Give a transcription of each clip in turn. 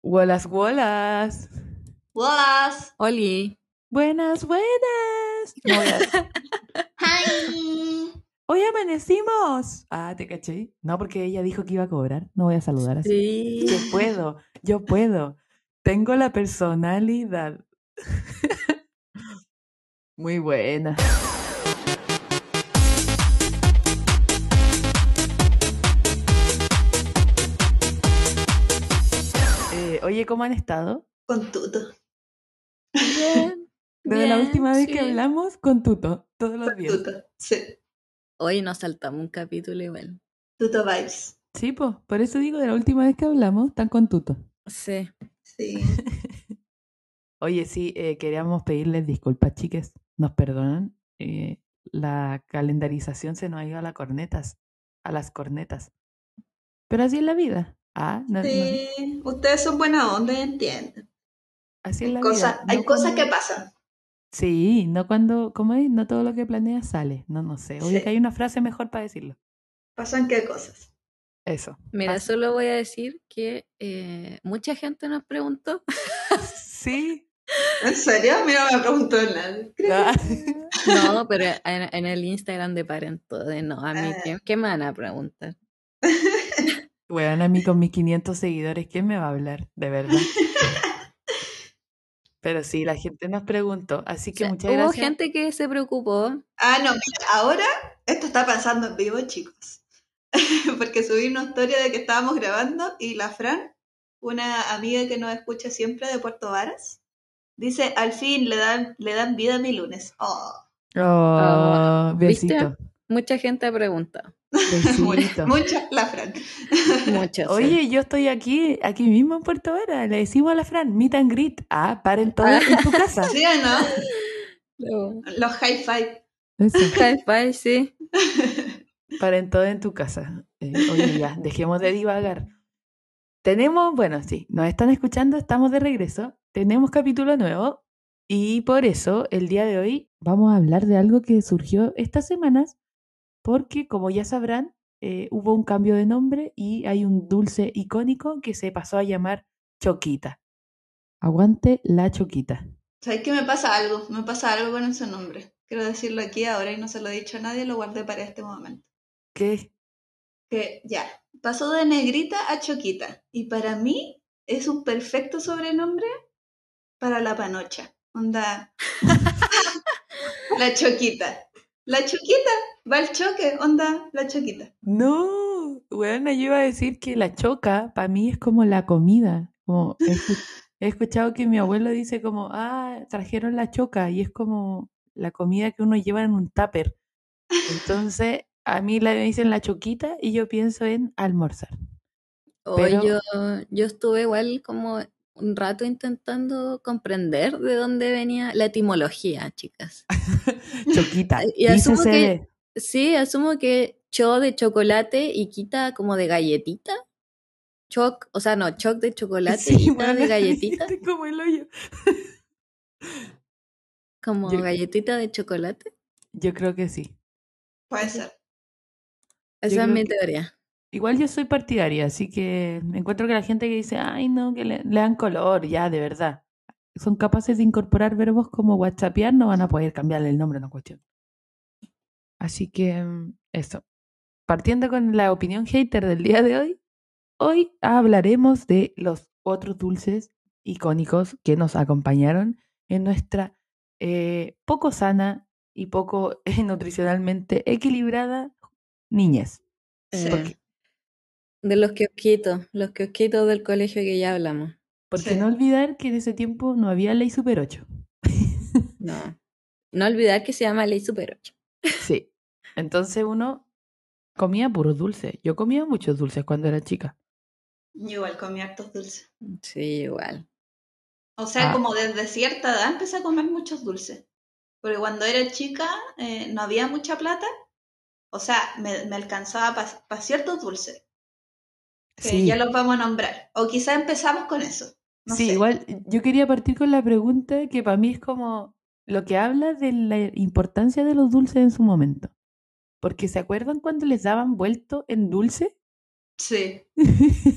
Wallace, Wallace. Bolas. Oli. Buenas, buenas. Wallace. Hi. Hoy amanecimos. Ah, te caché. No, porque ella dijo que iba a cobrar. No voy a saludar así. Sí. Yo puedo, yo puedo. Tengo la personalidad. Muy buena. Eh, oye, ¿cómo han estado? Con tuto. Bien. Desde la bien, última vez que sí. hablamos, con tuto, todos los días. Tuto. Sí. Hoy nos saltamos un capítulo igual. Tuto vibes. Sí, pues, por eso digo, de la última vez que hablamos, están con tuto. Sí. Sí. Oye, sí, eh, queríamos pedirles disculpas, chiques. Nos perdonan. eh, la calendarización se nos ha ido a las cornetas. A las cornetas. Pero así es la vida. Ah, no- no- Sí. Ustedes son buena onda y entienden. así es la Cosas- vida. hay No cosas cuando- que pasan. Sí, no cuando, ¿cómo es? No todo lo que planeas sale. No, no sé. Oye, Sí. que hay una frase mejor para decirlo. ¿Pasan qué cosas? Eso. Mira, Ah. solo voy a decir que eh, mucha gente nos preguntó. Sí. ¿En serio? A mí no me preguntó nadie. Creo Ah, No, pero en, en el Instagram de Parento, de no, a mí, Ah. ¿qué, qué me van a preguntar? Weón, a mí con mis 500 seguidores, ¿quién me va a hablar? De verdad. Pero sí, la gente nos preguntó. Así O que sea, muchas hubo gracias. gente que se preocupó. Ah, no, mira, ahora esto está pasando en vivo, chicos. Porque subí una historia de que estábamos grabando y la Fran, una amiga que nos escucha siempre de Puerto Varas, dice, al fin le dan, le dan vida a mi lunes. Oh, Oh, ¿viste? besito. Mucha gente preguntó. Besito. mucha la Fran. Muchos. Oye, yo estoy aquí, aquí mismo en Puerto Vera. Le decimos a la Fran, meet and greet. Ah, paren todos en tu casa. ¿Sí o no? Los high five. Eso, Hi-Fi, sí. paren todos en tu casa. Eh, oye, ya, dejemos de divagar. Tenemos, bueno, sí, nos están escuchando, estamos de regreso. Tenemos capítulo nuevo. Y por eso, el día de hoy, vamos a hablar de algo que surgió estas semanas. Porque, como ya sabrán, eh, hubo un cambio de nombre y hay un dulce icónico que se pasó a llamar Choquita. Aguante la Choquita. ¿Sabes qué me pasa algo? Me pasa algo con ese nombre. Quiero decirlo aquí ahora y no se lo he dicho a nadie, lo guardé para este momento. ¿Qué? que ya, pasó de negrita a choquita. Y para mí es un perfecto sobrenombre para la panocha. Onda. la choquita. La choquita. Va al choque. Onda, la choquita. No, bueno, yo iba a decir que la choca para mí es como la comida. Como he, escu- he escuchado que mi abuelo dice como, ah, trajeron la choca y es como la comida que uno lleva en un tupper. Entonces, a mí la- me dicen la choquita y yo pienso en almorzar. Hoy Pero- yo, yo estuve igual como un rato intentando comprender de dónde venía la etimología, chicas. Choquita. Y asumo dícese que- de- Sí, asumo que cho de chocolate y quita como de galletita. Choc, o sea, no, choc de chocolate y Sí, quita bueno, de galletita. dijiste como el hoyo. Como Yo- galletita de chocolate. Yo creo que sí. Puede ser. Esa es creo mi que- teoría. Igual yo soy partidaria, así que encuentro que la gente que dice, ay no, que le, le dan color, ya, de verdad. Son capaces de incorporar verbos como whatsappear, no van a poder cambiarle el nombre a una cuestión. Así que mm, eso. Partiendo con la opinión hater del día de hoy, hoy hablaremos de los otros dulces icónicos que nos acompañaron en nuestra eh, poco sana y poco eh, nutricionalmente equilibrada niñez. Sí. Eh, Porque- De los kiosquitos, los kiosquitos del colegio que ya hablamos. Porque Sí. no olvidar que en ese tiempo no había ley Super 8. No. No olvidar que se llama Ley Super 8. Sí. Entonces uno comía puros dulces. Yo comía muchos dulces cuando era chica. Yo Igual comí hartos dulces. Sí, igual. O sea, Ah. como desde cierta edad empecé a comer muchos dulces. Porque cuando era chica eh, no había mucha plata. O sea, me, me alcanzaba para ciertos dulces. que Sí, ya los vamos a nombrar. O quizá empezamos con eso. No Sí, sé. igual eh, yo quería partir con la pregunta que para mí es como lo que habla de la importancia de los dulces en su momento. Porque ¿se acuerdan cuando les daban vuelto en dulce? Sí,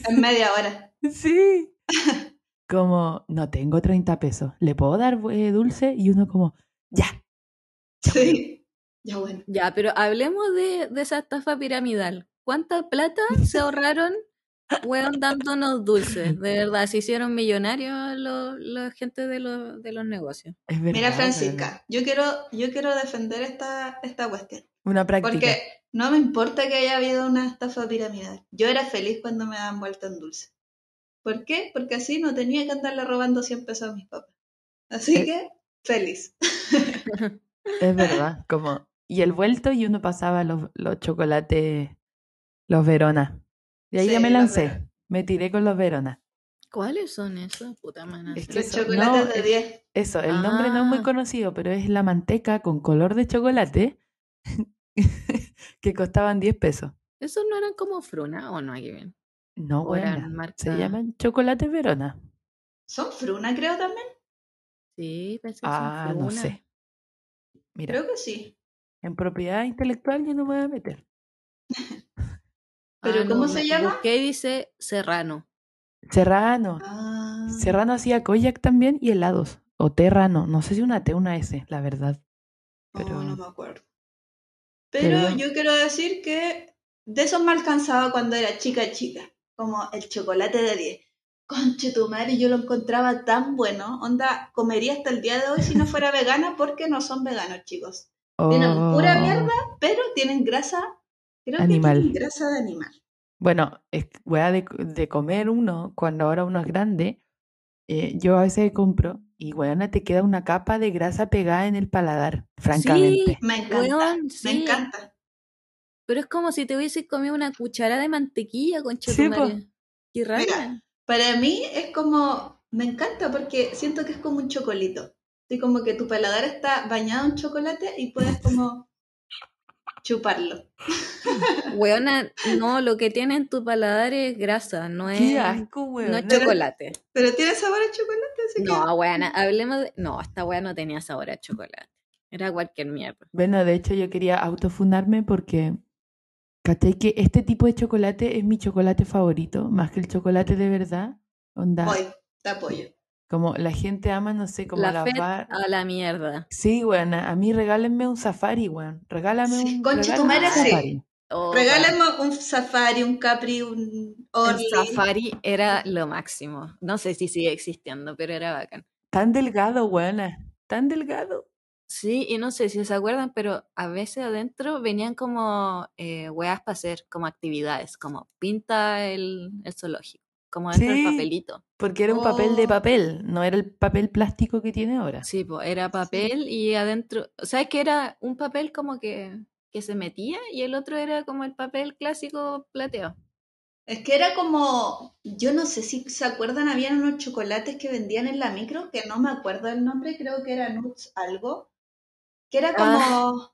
en media hora. Sí. como, no tengo 30 pesos, ¿le puedo dar eh, dulce? Y uno como, ya. Sí. Ya bueno. Ya, pero hablemos de, de esa estafa piramidal. ¿Cuánta plata se ahorraron, weón, dándonos dulces? De verdad, se hicieron millonarios los- la gente de, los- de los negocios. Es verdad, Mira, weona. Francisca, yo quiero, yo quiero defender esta, esta cuestión. Una práctica. Porque no me importa que haya habido una estafa piramidal. Yo era feliz cuando me daban vuelta en dulce. ¿Por qué? Porque así no tenía que andarle robando 100 pesos a mis papás. Así Eh. que, feliz. Es verdad, como. Y el vuelto y uno pasaba los, los chocolates, los Verona. Y ahí Sí, ya me los lancé, Verona. me tiré con los Verona. ¿Cuáles son esos? Puta madre. Es que Los eso- no, chocolates de es- 10. Eso, el nombre no es muy Ah. conocido, pero es la manteca con color de chocolate que costaban 10 pesos. ¿Esos no eran como fruna o no? Aquí bien. No, O eran buena. Se ah. marca- llaman chocolates Verona. Son fruna, creo también. Sí, pensé que son Ah, no fruna. sé. Mira, Creo que sí. en propiedad intelectual yo no me voy a meter. ¿Pero cómo se Ah, me- llama? Busqué y dice serrano. Serrano. Ah, Serrano hacía koyak también y helados. O terrano. No sé si una T o una S, la verdad. Oh, no, pero- no me acuerdo. Pero Pero- yo quiero decir que de esos me alcanzaba cuando era chica, chica. Como el chocolate de 10. Conche tu madre, yo lo encontraba tan bueno. Onda, comería hasta el día de hoy si no fuera vegana, porque no son veganos, chicos. Tienen pura Oh. mierda. Pero tienen grasa, creo Animal. que tienen grasa de animal. Bueno, es que weá de, de comer uno cuando ahora uno es grande. eh, yo a veces compro y weona te queda una capa de grasa pegada en el paladar, francamente. Me encanta. Weón, Me sí. encanta. Pero es como si te hubieses comido una cucharada de mantequilla con Sí, chocolate. Qué raro. Mira. Para mí es como, me encanta porque siento que es como un chocolito. Así como que tu paladar está bañado en chocolate y puedes como chuparlo. Weona, no, lo que tiene en tu paladar es grasa, no es, Qué asco, eh, no weona. es chocolate. Pero tiene sabor a chocolate, así que. No, weona, hablemos de. No, esta wea no tenía sabor a chocolate. Era cualquier mierda. Bueno, de hecho yo quería autofundarme porque caché que este tipo de chocolate es mi chocolate favorito, más que el chocolate de verdad. Onda, Voy, te apoyo. como la gente ama, no sé, como la ah. la Fed bar- a la mierda. Sí, weona, a mí regálenme un safari, weón. Regálame Sí, un, concha regálame tu un madre, sí. safari. Oh, Regálame un safari, un capri, un weón, orly. El safari era lo máximo. No sé si sigue existiendo, pero era bacán. Tan delgado, weona. Tan delgado. Sí, y no sé si se acuerdan, pero a veces adentro venían como eh, weas para hacer, como actividades, como pinta el, el zoológico, como dentro del Sí. papelito. Porque era un papel de Oh. papel, no era el papel plástico que tiene ahora. Sí, po, era papel y adentro, o sea, es que era un papel como que, que se metía y el otro era como el papel clásico plateado. Es que era como, yo no sé si se acuerdan, habían unos chocolates que vendían en la micro, que no me acuerdo el nombre, creo que era Nuts algo, que era como, Ah.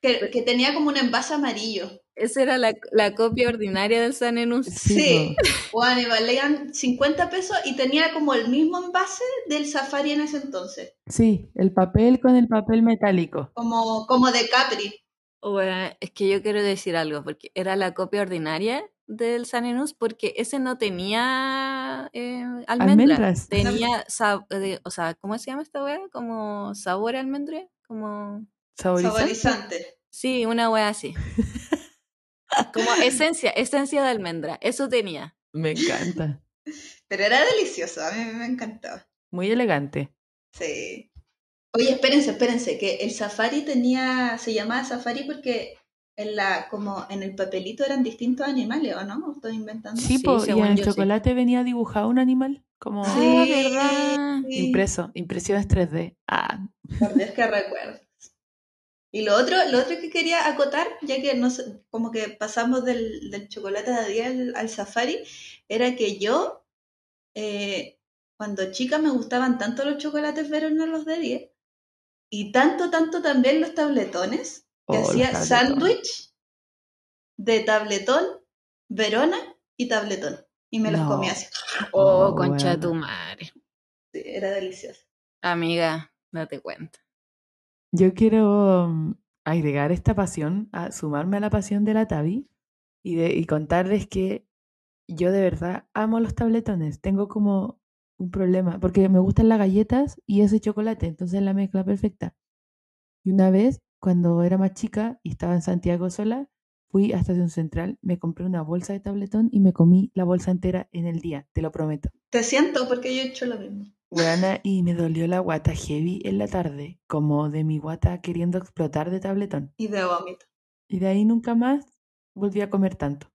que, que tenía como un envase amarillo. Esa era la, la copia ordinaria del San Enus. Sí. Bueno, y valían 50 pesos y tenía como el mismo envase del safari en ese entonces, po. Sí, el papel con el papel metálico. como, como de capri. Bueno, eh, es que yo quiero decir algo, porque era la copia ordinaria del San Enus, porque ese no tenía eh, almendra. Almendras. Tenía, sab- de- o sea, ¿cómo se llama esta weá? Como sabor a almendra, como... Saborizante. Saborizante. Sí, una weá así. Como esencia, esencia de almendra, eso tenía. Me encanta. Pero era delicioso, a mí me encantaba. Muy elegante. Sí. Oye, espérense, espérense, que el safari tenía, se llamaba safari porque en la, como en el papelito eran distintos animales, ¿o no? ¿O Estoy inventando. Sí, Sí, po, y según en el yo sí. chocolate venía dibujado un animal como Sí. Ah, verdad. Sí. impreso, impresiones 3D. Ah, Por Dios que recuerdo. Y lo otro, lo otro que quería acotar, ya que no sé, como que pasamos del, del chocolate de día al, al safari, era que yo, eh, cuando chica me gustaban tanto los chocolates verona los de 10, y tanto, tanto también los tabletones, que oh, los hacía tabletones. sándwich de tabletón, verona y tabletón. Y me los No. comía así. Oh, Oh, concha weona. tu madre. Sí, Era delicioso. Amiga, date cuenta. Yo quiero mm, agregar esta pasión, a sumarme a la pasión de la Tabi y, de- y contarles que yo de verdad amo los tabletones. Tengo como un problema, porque me gustan las galletas y ese chocolate, entonces es la mezcla perfecta. Y una vez, cuando era más chica y estaba en Santiago sola, fui a Estación Central, me compré una bolsa de tabletón y me comí la bolsa entera en el día, te lo prometo. Te siento porque yo he hecho lo mismo. Weona, y me dolió la guata heavy en la tarde, como de mi guata queriendo explotar de tabletón. Y de vómito. Y de ahí nunca más volví a comer tanto.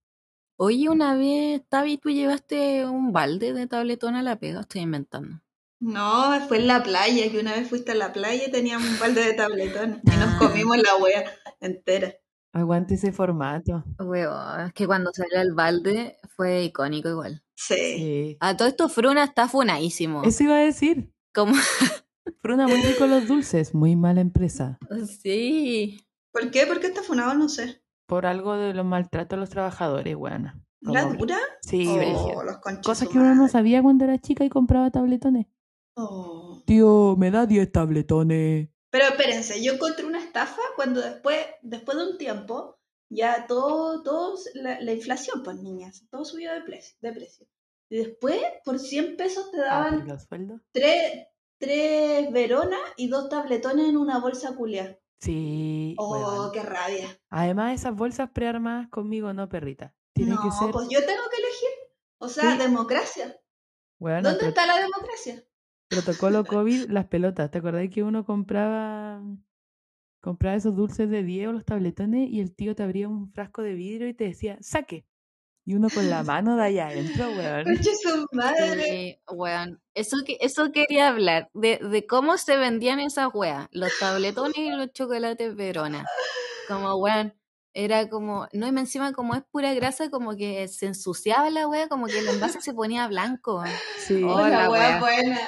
Oye, una vez, Tavi, tú llevaste un balde de tabletón a la pega, estoy inventando. No, fue en la playa, que una vez fuiste a la playa y teníamos un balde de tabletones y nos Ah. comimos la wea entera. Aguante ese formato. Huevo, es que cuando salió el balde fue icónico igual. Sí. Sí. A todo esto Fruna está funadísimo. Eh, Eso iba a decir. Como, Fruna, muy rico los dulces, muy mala empresa. sí. ¿Por qué? ¿Por qué está funado? No sé. Por algo de los maltratos a los trabajadores, weona. Como- ¿La dura? Sí, Oh, brígido. los conches Cosas su que uno no madre. sabía cuando era chica y compraba tabletones. Oh. Tío, me da 10 tabletones. Pero espérense, yo encontré una estafa cuando después, después de un tiempo, ya todo, todos, la, la inflación, pues niñas, todo subió de precio, de precio. Y después, por 100 pesos te Ah, por daban los sueldos. tres, tres veronas y dos tabletones en una bolsa culia. Sí. Oh, weón. qué rabia. Además, esas bolsas prearmadas conmigo, no, perrita. Tiene No, que ser. pues yo tengo que elegir. O sea, Sí. democracia. weona, ¿Dónde pro- está la democracia? protocolo COVID, las pelotas. ¿Te acordás que uno compraba compraba esos dulces de 10 o los tabletones y el tío te abría un frasco de vidrio y te decía, saque? Y uno con la mano de allá adentro, weón. Conche su madre. Sí, weón. Eso, que, eso quería hablar, de, de cómo se vendían esas weas, los tabletones y los chocolates Verona. Como, weón, era como, no, y más encima como es pura grasa, como que se ensuciaba la wea, como que el envase se ponía blanco. Sí. Oh, Hola, la wea wea. buena.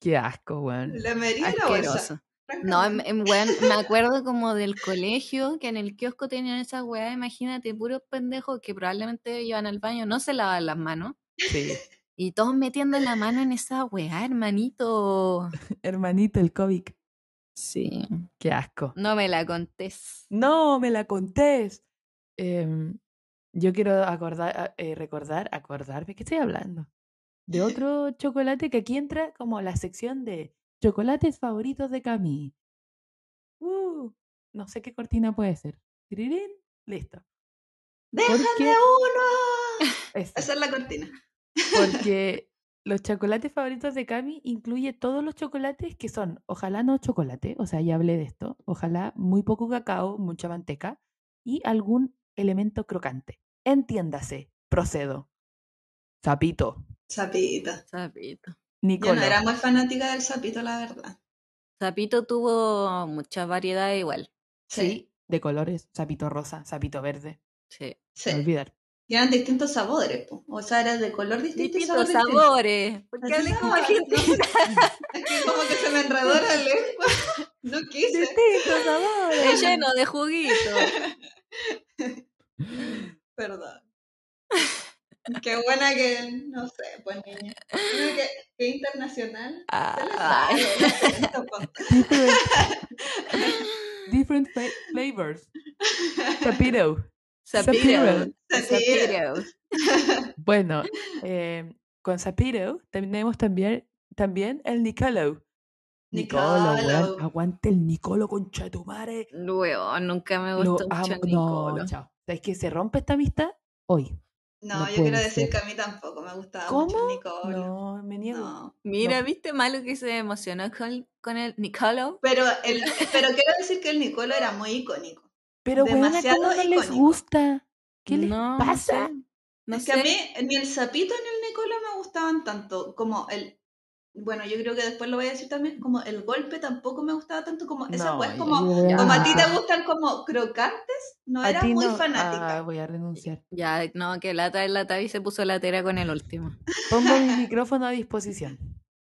Qué asco, weón. La medida la bolsa. Asqueroso. No, em- em, weón, me acuerdo como del colegio, que en el kiosco tenían esas weas, imagínate, puros pendejos que probablemente iban al baño, no se lavaban las manos, Sí. y todos metiendo la mano en esa wea, hermanito. Hermanito, el COVID. Sí. Qué asco. No me la contés. No, me la contés. Em, yo quiero acordar, a- eh, recordar, acordarme que estoy hablando. De otro chocolate que aquí entra como la sección de chocolates favoritos de Camille. Uh, no sé qué cortina puede ser. Tirirín, listo. ¡Déjame Porque- uno! Eso. Esa es la cortina. Porque los chocolates favoritos de Cami incluye todos los chocolates que son, ojalá no chocolate, o sea, ya hablé de esto, ojalá muy poco cacao, mucha manteca y algún elemento crocante. Entiéndase, procedo. Zapito, Sapito. Sapito. Yo Nicolo. no era muy fanática del sapito, la verdad. Sapito tuvo mucha variedad igual. Sí, Sí, de colores, sapito rosa, sapito verde, Sí. no sí. olvidar. Y eran distintos sabores, po. o sea, eran de color distinto y sabor Distintos distinto. sabores. ¿Por qué Así hablas como como aquí, gente? ¿no? Es que como que se me enredó la lengua. No quise. Distintos sabores. Relleno de juguito. Perdón. Qué buena que, no sé, pues niña. Creo que, que internacional. Se la Ah, sabe, la siento, po. Different, different fa- flavors. Zapito. Sapiro. Sapito. Sapiro. Bueno, eh, con Zapiro tenemos también, también el Nicolo. Nicolo, weón, Nicolo. aguante el Nicolo, concha de tu madre. Luego, nunca me Lo gustó mucho amo. Nicolo. No, chao. ¿Sabes que se rompe esta amistad? Hoy. No, No yo quiero puede decir ser. que a mí tampoco me gustaba mucho ¿Cómo? el Nicolo. No, me niego. No. Mira, No. ¿viste malo que se emocionó con, con el Nicolo? Pero, el, pero quiero decir que el Nicolo era muy icónico. Pero, weón, ¿cómo demasiado no les icónico. gusta? ¿Qué les No, no pasa? sé, No es sé. que a mí ni el sapito ni el Nicolo me gustaban tanto como el... Bueno, yo creo que después lo voy a decir también, como el golpe tampoco me gustaba tanto como esa No, pues yo- como, yo voy a como a ti te renunciar. gustan como crocantes, no A era ti muy no. Ah, fanática. voy a renunciar. Ya, no, que lata la Tavi se puso latera con el último. Pongo mi micrófono a disposición,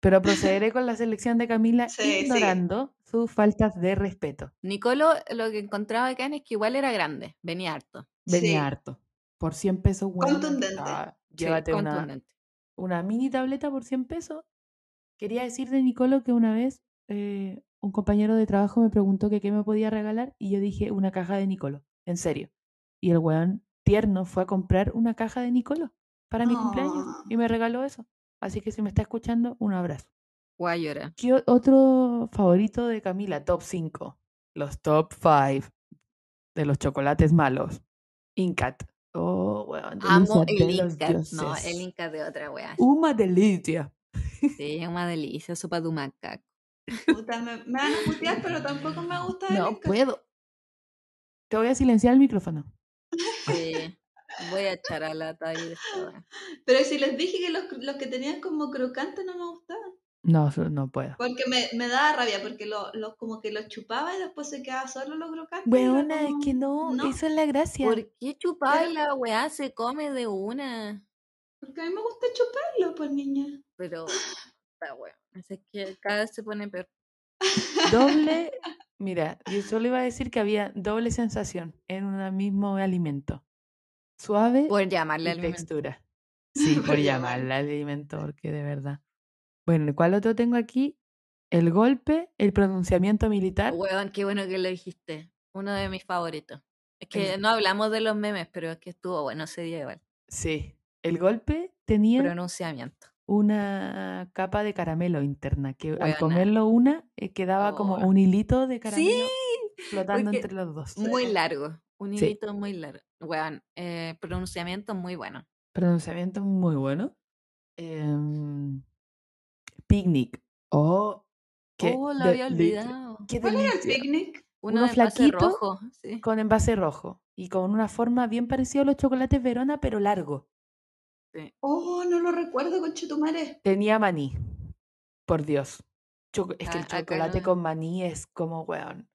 pero procederé con la selección de Camila Sí, sí. ignorando sus faltas de respeto. Nicolo lo que encontraba acá es que igual era grande, venía harto. Venía Sí. harto. Por 100 pesos, weón. Contundente. sí, llévate una, contundente. una mini tableta por 100 pesos. Quería decir de Nicolo que una vez eh, un compañero de trabajo me preguntó que qué me podía regalar y yo dije una caja de Nicolo, en serio. Y el weón tierno fue a comprar una caja de Nicolo para mi cumpleaños Ah. y me regaló eso. Así que si me está escuchando, un abrazo. Guayora. ¿Qué o- otro favorito de Camila? Top 5. Los top 5 de los chocolates malos. Incat. Oh, weón. Amo delicia el de los Inca. No, dioses. el Inca de otra wea. Una delicia. Sí, es una delicia, sopa de un macaco. Puta, me, me van a putear, pero tampoco me gusta el No Inca. puedo. Te voy a silenciar el micrófono. Sí. Voy a echar a la talla de esta wea. Pero si les dije que los, los que tenían como crocante no me gustaban. No, su- no puedo. Porque me, me daba rabia, porque lo, lo- como que los chupaba y después se quedaba solo los crocantes. y era Weona, es como, que no, no. Eso es la gracia. ¿Por qué chupar la weá se come de una? Porque a mí me gusta chuparlo, pues niña. Pero, está bueno. Así que cada vez se pone peor. Doble. Mira, yo solo iba a decir que había doble sensación en un mismo alimento. Suave Por y llamarle al textura. Sí, por Por llamar. llamarla alimento, porque de verdad. Bueno, ¿cuál otro tengo aquí? El golpe, el pronunciamiento militar. Weón, qué bueno que lo dijiste. Uno de mis favoritos. Es que El- no hablamos de los memes, pero es que estuvo bueno ese día igual. Sí, el golpe tenía Pronunciamiento. una capa de caramelo interna, que al Weona. comerlo una eh, quedaba como Oh. un hilito de caramelo flotando porque- entre los dos. Muy largo. Un Sí. hilito muy largo. Weón, eh, pronunciamiento muy bueno. Pronunciamiento muy bueno. Em, picnic. Oh, qué oh, lo de- había de- olvidado. qué ¿Cuál era el delicia. picnic? Uno, uno de pase flaquito rojo. Sí. Con envase rojo y con una forma bien parecida a los chocolates Verona, pero largo. Oh, no lo recuerdo, conchetumare. Tenía maní. Por Dios. Choco- es que el Ah, acá chocolate no. con maní es como, weón.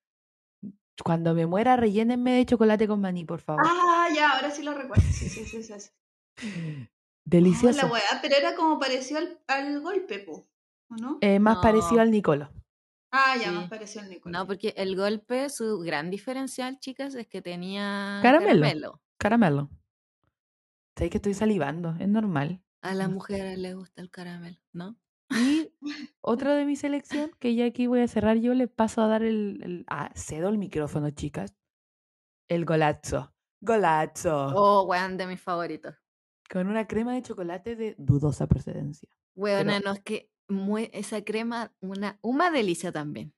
Cuando me muera, rellénenme de chocolate con maní, por favor. Ah, ya, ahora sí lo recuerdo. Sí, sí, sí, sí. sí. Oh, Delicioso. la weá, pero era como parecido al, al golpe, po, ¿o no? Eh, más parecido No. al Nicolo. ah, ya, sí. más pareció al Nicolás. No, pues, porque el golpe, su gran diferencial, chicas, es que tenía Caramelo. caramelo. Caramelo. Sabéis que estoy salivando, es normal. A las No. mujeres les gusta el caramelo, ¿no? Y otro de mi selección, que ya aquí voy a cerrar, yo le paso a dar el. el- ah, cedo el micrófono, chicas. El golazo. Golazo. Oh, weón, de mis favoritos. Con una crema de chocolate de dudosa procedencia. Weona, no, es que mue- esa crema, una, una delicia también.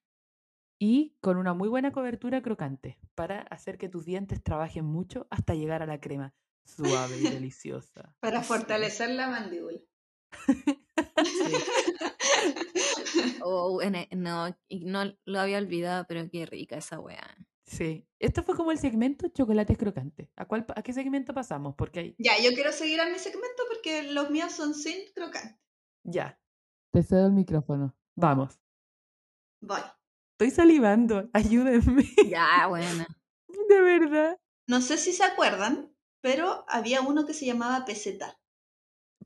Y con una muy buena cobertura crocante para hacer que tus dientes trabajen mucho hasta llegar a la crema suave y deliciosa. Para Sí. fortalecer la mandíbula. Oh, weona, no, y no lo había olvidado, pero qué rica esa weá. Sí. Esto fue como el segmento chocolates crocantes. ¿A, cuál, pa- ¿A qué segmento pasamos? Porque hay. Ya, yo quiero seguir a mi segmento porque los míos son sin crocante. Ya. Te cedo el micrófono. Vamos. Voy. Estoy salivando. Ayúdenme. Ya, buena. De verdad. No sé si se acuerdan, pero había uno que se llamaba peseta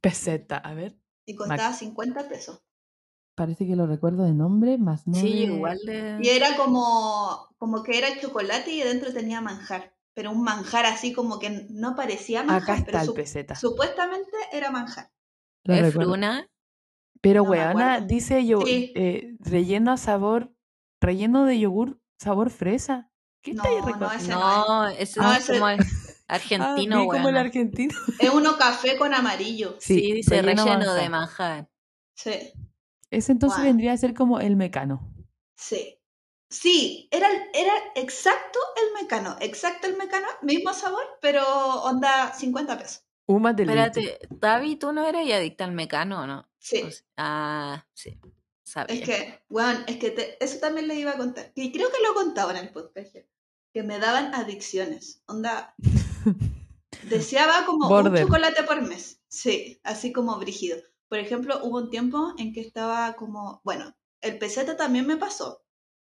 Peseta. A ver. y costaba 50 pesos. Parece que lo recuerdo de nombre, más no. Sí, de- igual Y de. era como, como que era chocolate y adentro tenía manjar. Pero un manjar así como que no parecía manjar. Acá Ah, pero está el sup- peseta. Supuestamente era manjar. Lo Es recuerdo. fruna. Pero, No me weona, acuerdo. dice yo, Sí. eh, relleno a sabor, relleno de yogur, sabor fresa. ¿Qué No, estáis no, recordando? ese No, ese No, es ese- como Ah, vi argentino, como el weona. argentino. Es uno café con amarillo. Sí, dice relleno, de manjar. manjar. Sí, Ese entonces Guau. vendría a ser como el mecano. sí. Sí, era, el- era exacto el mecano. Exacto el mecano, mismo sabor, pero onda 50 pesos. Uma de Espérate, Tavi, tú no eras adicta al mecano, ¿no? Sí. O sea, ah, sí. Sabía. Es que, weón, es que te- eso también les iba a contar. Y creo que lo he contado en el podcast. ya. Que me daban adicciones. Onda, deseaba como un Border. chocolate por mes. Sí, así como brígido. Por ejemplo, hubo un tiempo en que estaba como, bueno, el peseta también me pasó.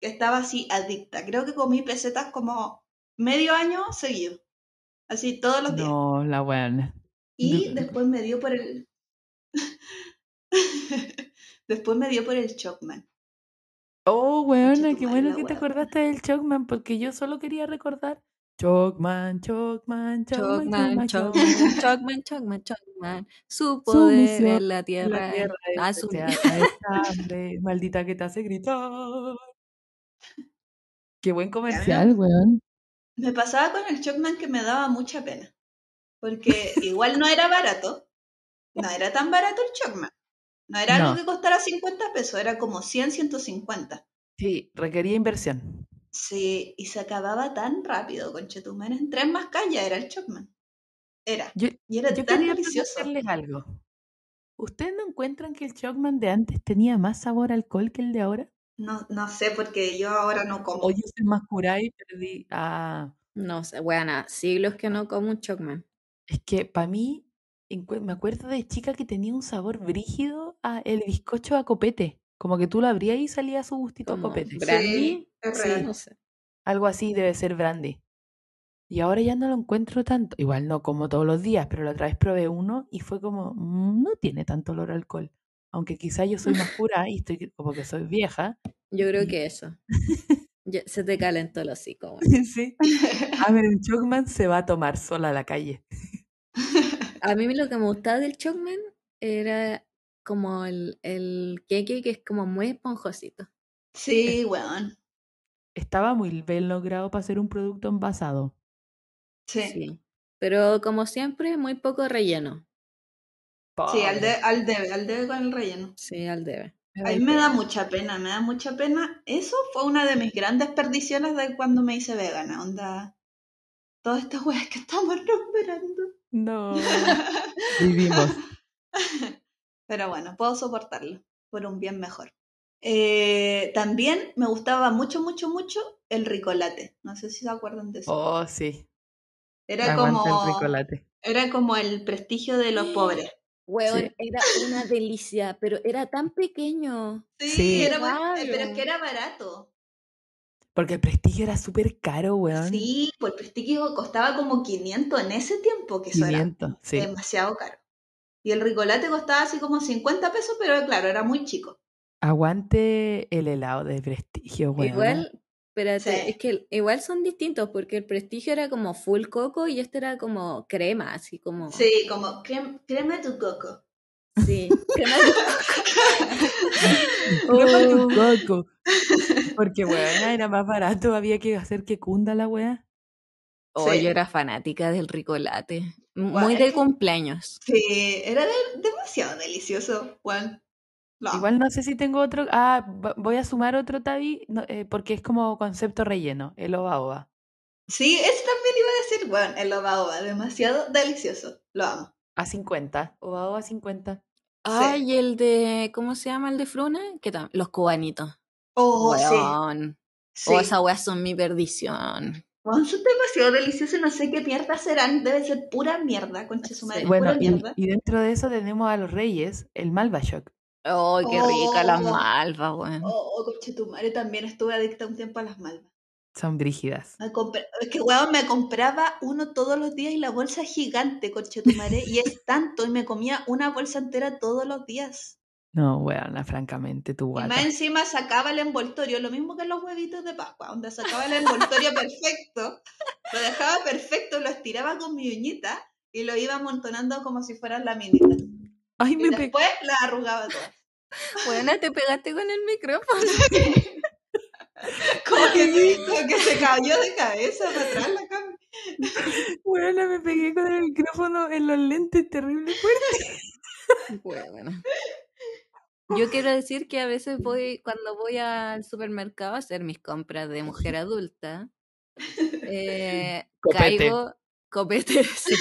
Que estaba así adicta. Creo que comí pesetas como medio año seguido. Así todos los días. No, la weona. Y No. después me dio por el. después me dio por el Chocman. Oh, weona, tu qué madre, bueno la que te weona. acordaste del Chocman, porque yo solo quería recordar Chocman, Chocman, Chocman, Chocman, Chocman, Chocman, Chocman, Chocman, Chocman. Su poder misión en la La tierra. tierra es a su- deseada, es hambre, maldita que te hace gritar. Qué buen comercial, weón. Me pasaba con el Chocman que me daba mucha pena, porque igual no era barato, no era tan barato el Chocman, No era No. algo que costara 50 pesos, era como 100, 150. Sí, requería inversión. Sí, y se acababa tan rápido, conchetumare. En tres más calles era el Chopman. Era. Yo- y era Yo tan quería delicioso. preguntarles algo. ¿Ustedes no encuentran que el Chocman de antes tenía más sabor a alcohol que el de ahora? No, no sé, porque yo ahora no como. O yo soy más curada y perdí. Ah, No sé, bueno, siglos que no como un Chocman. es que para mí, encue- me acuerdo de chica que tenía un sabor brígido a el bizcocho a copete. Como que tú lo abrías y salía su gustito a Como copete. brandy. es Sí, real. no sé. Algo así debe ser brandy. Y ahora ya no lo encuentro tanto. Igual no como todos los días, pero la otra vez probé uno y fue como, "Mm, no tiene tanto olor a alcohol. Aunque quizá yo soy más curada y estoy que- como que soy vieja. Yo creo Y- que eso. Ya, se te calentó el hocico. weón. Sí. A ver, un Chocman se va a tomar sola a la calle. A mí lo que me gustaba del Chocman era como el, el queque que es como muy esponjosito. Sí, weón. Estaba muy bien logrado para ser un producto envasado. Sí. Sí, Sí. Pero como siempre, muy poco relleno. al, Pobre, de, al debe, al debe con el relleno. Sí, al debe. me A doy mí me da pena. mucha pena, me da mucha pena. Eso fue una de mis grandes perdiciones de cuando me hice vegana. Onda, todas estas weas que estamos recuperando. No. Vivimos. Pero bueno, puedo soportarlo por un bien mejor. Eh, también me gustaba mucho, mucho, mucho el ricolate. No sé si se acuerdan de eso. Oh, sí. era, aguanta como, el ricolate. era como el prestigio de los Sí. pobres. Weón, Sí. era una delicia, pero era tan pequeño. Sí, Sí. era ba- eh, pero es Claro. que era barato. Porque el prestigio era súper caro, weón. Sí, pues el prestigio costaba como 500 en ese tiempo, que eso era Em, 500, sí. demasiado caro. Y el ricolate costaba así como 50 pesos, pero claro, era muy chico. Aguante el helado de prestigio, weón. Igual, espérate, Sí. es que el- igual son distintos porque el prestigio era como full coco y este era como crema, así como. Sí, como crema, crema tu coco. Sí, crema de coco. Oh, coco. Porque, weón, era más barato. Había que hacer que cunda la weá. oh, Sí. yo era fanática del ricolate. m- Guau, Muy es de que- cumpleaños. Sí, era de- demasiado delicioso, Juan. No. Igual no sé si tengo otro. Ah, va- voy a sumar otro tabi no, eh, porque es como concepto relleno, el oba oba. Sí, eso también iba a decir, bueno, el oba oba, demasiado delicioso. Lo amo. A 50. Oba oba 50. Ay, el de. ¿Cómo se llama el de Fruna? ¿Qué tal? Los cubanitos. Oh, sí. Weón. Sí. Oh, esas weas son mi perdición. Juan, son demasiado deliciosos, no sé qué mierda serán, debe ser pura mierda, concha su madre, Sí. Bueno, pura y, mierda. y dentro de eso tenemos a los reyes, el malvashok. Oh, qué rica las Oh. malvas, weón. Oh, oh, concha tu madre, también estuve adicta un tiempo a las malvas. Son brígidas. Me compra- Es que, weón, me compraba uno todos los días y la bolsa es gigante, concha tu madre, y es tanto, y me comía una bolsa entera todos los días. No, weona, francamente, tu Y guata. más encima sacaba el envoltorio, lo mismo que los huevitos de Pascua, donde sacaba el envoltorio perfecto, lo dejaba perfecto, lo estiraba con mi uñita y lo iba amontonando como si fueran laminitas. Ay, Y me pe- después la arrugaba todas. Bueno, te pegaste con el micrófono. Como que, como que se cayó de cabeza para atrás la cama. weona, me pegué con el micrófono en los lentes, terrible fuerte. Bueno. Yo quiero decir que a veces voy, cuando voy al supermercado a hacer mis compras de mujer adulta, eh, Copete. caigo copete, sí,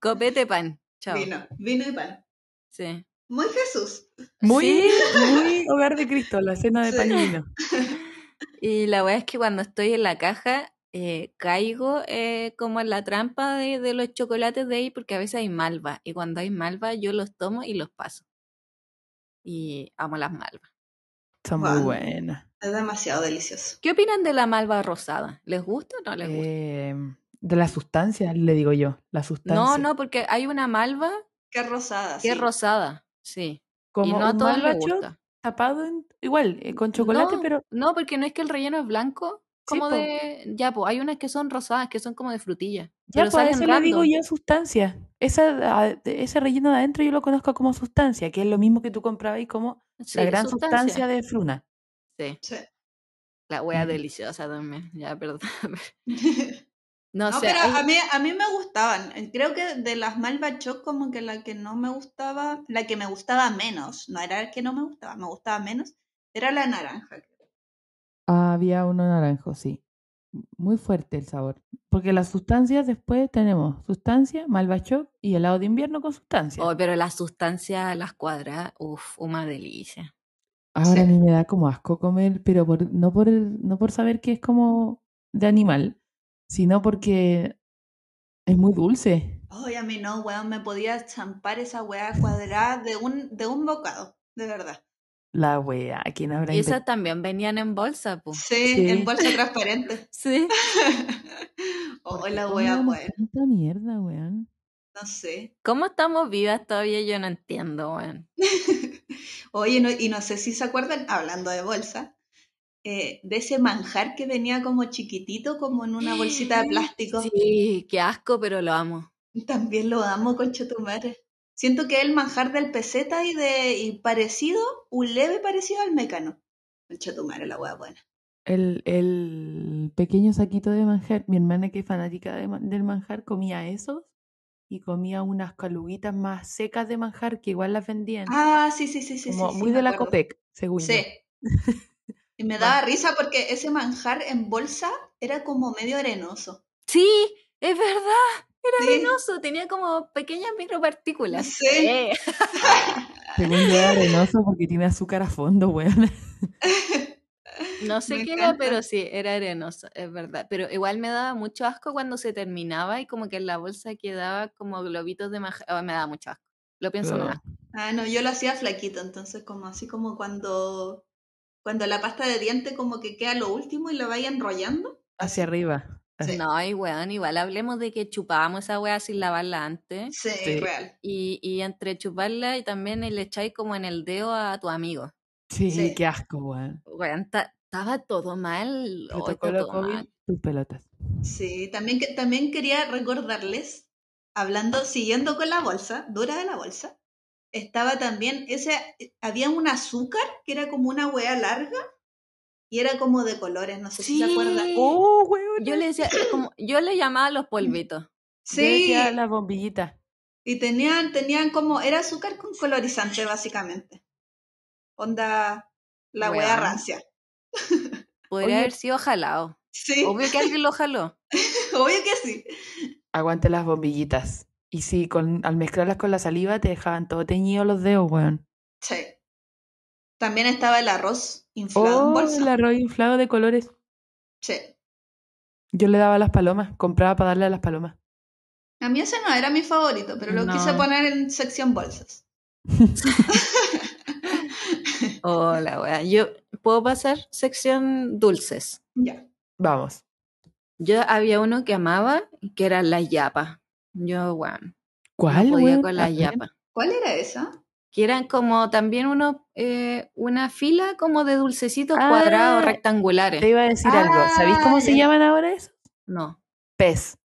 copete pan. Chao. Vino, vino y pan. Sí. Muy Jesús. Muy, Sí. muy hogar de Cristo, la cena de Sí. pan y vino. Y la verdad es que cuando estoy en la caja, eh, caigo eh, como en la trampa de, de los chocolates de ahí, porque a veces hay malva. Y cuando hay malva, yo los tomo y los paso. Y amo las malvas. Son muy Guau. buenas. Es demasiado delicioso. ¿Qué opinan de la malva rosada? ¿Les gusta o no les gusta? Eh, de las sustancias, le digo yo. La no, sustancia. no, porque hay una malva Qué rosada, que sí. es rosada. Sí. Como y no a un todas les Malvashok, gusta. tapado en- igual, eh, con chocolate, no, pero no, porque no es que el relleno es blanco, como po. de. Ya, pues hay unas que son rosadas, que son como de frutilla. ya pero pues a salen eso le digo random. yo sustancia. Esa, a- de- ese relleno de adentro yo lo conozco como sustancia, que es lo mismo que tú comprabas y como la Sí, gran sustancia. de Fruna. Sí, Sí. la wea Mm. deliciosa también. Ya, perdón. No, No, sé. pero hay- a mí, a mí me gustaban. Eh, Creo que de las Malva Choc, como que la que no me gustaba, la que me gustaba menos, no era la que no me gustaba, me gustaba menos, era la naranja. Había uno naranjo, sí. Muy fuerte el sabor. Porque las sustancias después tenemos sustancia, malvachoc y helado de invierno con sustancia. Oh, pero la sustancia, las cuadras, uff, una delicia. Ahora a Sí. mí me da como asco comer, pero por, no, por, no por saber que es como de animal, sino porque es muy dulce. Ay, a mí no, weón, me podía champar esa weá cuadrada de un, de un bocado, de verdad. La wea, ¿quién habrá Y esas inventado? también venían en bolsa, pues. Sí, Sí. en bolsa transparente. Sí. O ¿Por qué la weá, comíamos weón, Tanta mierda, weón. no sé. ¿Cómo estamos vivas todavía? Yo no entiendo, weón. Oye, no- y no sé si se acuerdan, hablando de bolsa, eh, de ese manjar que venía como chiquitito, como en una bolsita de plástico. Sí, qué asco, pero lo amo. También lo amo, concha tu madre. Siento que es el manjar del peseta y de y parecido, un leve parecido al mecano. Concha tu madre, la hueá buena. El, el pequeño saquito de manjar, mi hermana que es fanática de ma- del manjar comía esos y comía unas caluguitas más secas de manjar que igual las vendían. Ah, sí, sí, sí, sí. como sí, sí, muy me de la acuerdo. Copec, según yo. Sí. Y me daba risa porque ese manjar en bolsa era como medio arenoso. Sí, es verdad. Sí, Arenoso, tenía como pequeñas micropartículas. Sí. Eh, Según yo era arenoso porque tiene azúcar a fondo, weón. No sé Me qué era, encanta. pero sí, era arenoso, es verdad. Pero igual me daba mucho asco cuando se terminaba y como que en la bolsa quedaba como globitos de maja. oh, me daba mucho asco. Lo pienso Oh. más. Ah, no, yo lo hacía flaquito, entonces como así como cuando, cuando la pasta de diente como que queda lo último y la vaya enrollando. Hacia arriba. Sí. No, y weón, igual hablemos de que chupábamos esa weá sin lavarla antes. Sí, Sí. real. Y, y entre chuparla y también le echáis como en el dedo a tu amigo. Sí, Sí. qué asco, weón. Weón, ta- estaba todo mal. oh, está Protocolo todo COVID, mal. tus pelotas. Sí, también, que- también quería recordarles, hablando, siguiendo con la bolsa, dura de la bolsa, estaba también ese, eh, había un azúcar que era como una hueá larga y era como de colores, no sé si se acuerdan. Sí. Oh, weón. Yo le decía, como, yo le llamaba los polvitos. Yo Sí, decía la bombillita. y tenían, tenían como, era azúcar con colorizante básicamente. Onda, la hueá Weón. rancia. Podría Oye. haber sido jalado. Sí, Obvio que alguien lo jaló. obvio que sí. Aguante las bombillitas. Y sí, con, al mezclarlas con la saliva te dejaban todo teñido los dedos, weón. Sí. También estaba el arroz inflado en Oh, bolsa. el arroz inflado de colores. Sí. Yo le daba a las palomas, compraba para darle a las palomas. A mí ese no era mi favorito, pero lo quise No. poner en sección bolsas. Hola, wea. Yo puedo pasar sección dulces. Ya. Vamos. Yo había uno que amaba, que era la yapa. Yo, weón, ¿Cuál, no weón? podía Ah, con A la ver. yapa. ¿Cuál era esa? Que eran como también uno, eh, una fila como de dulcecitos Ah, cuadrados rectangulares. Te iba a decir algo. ¿Sabéis cómo Ah, se ya. llaman ahora eso? No. Pez.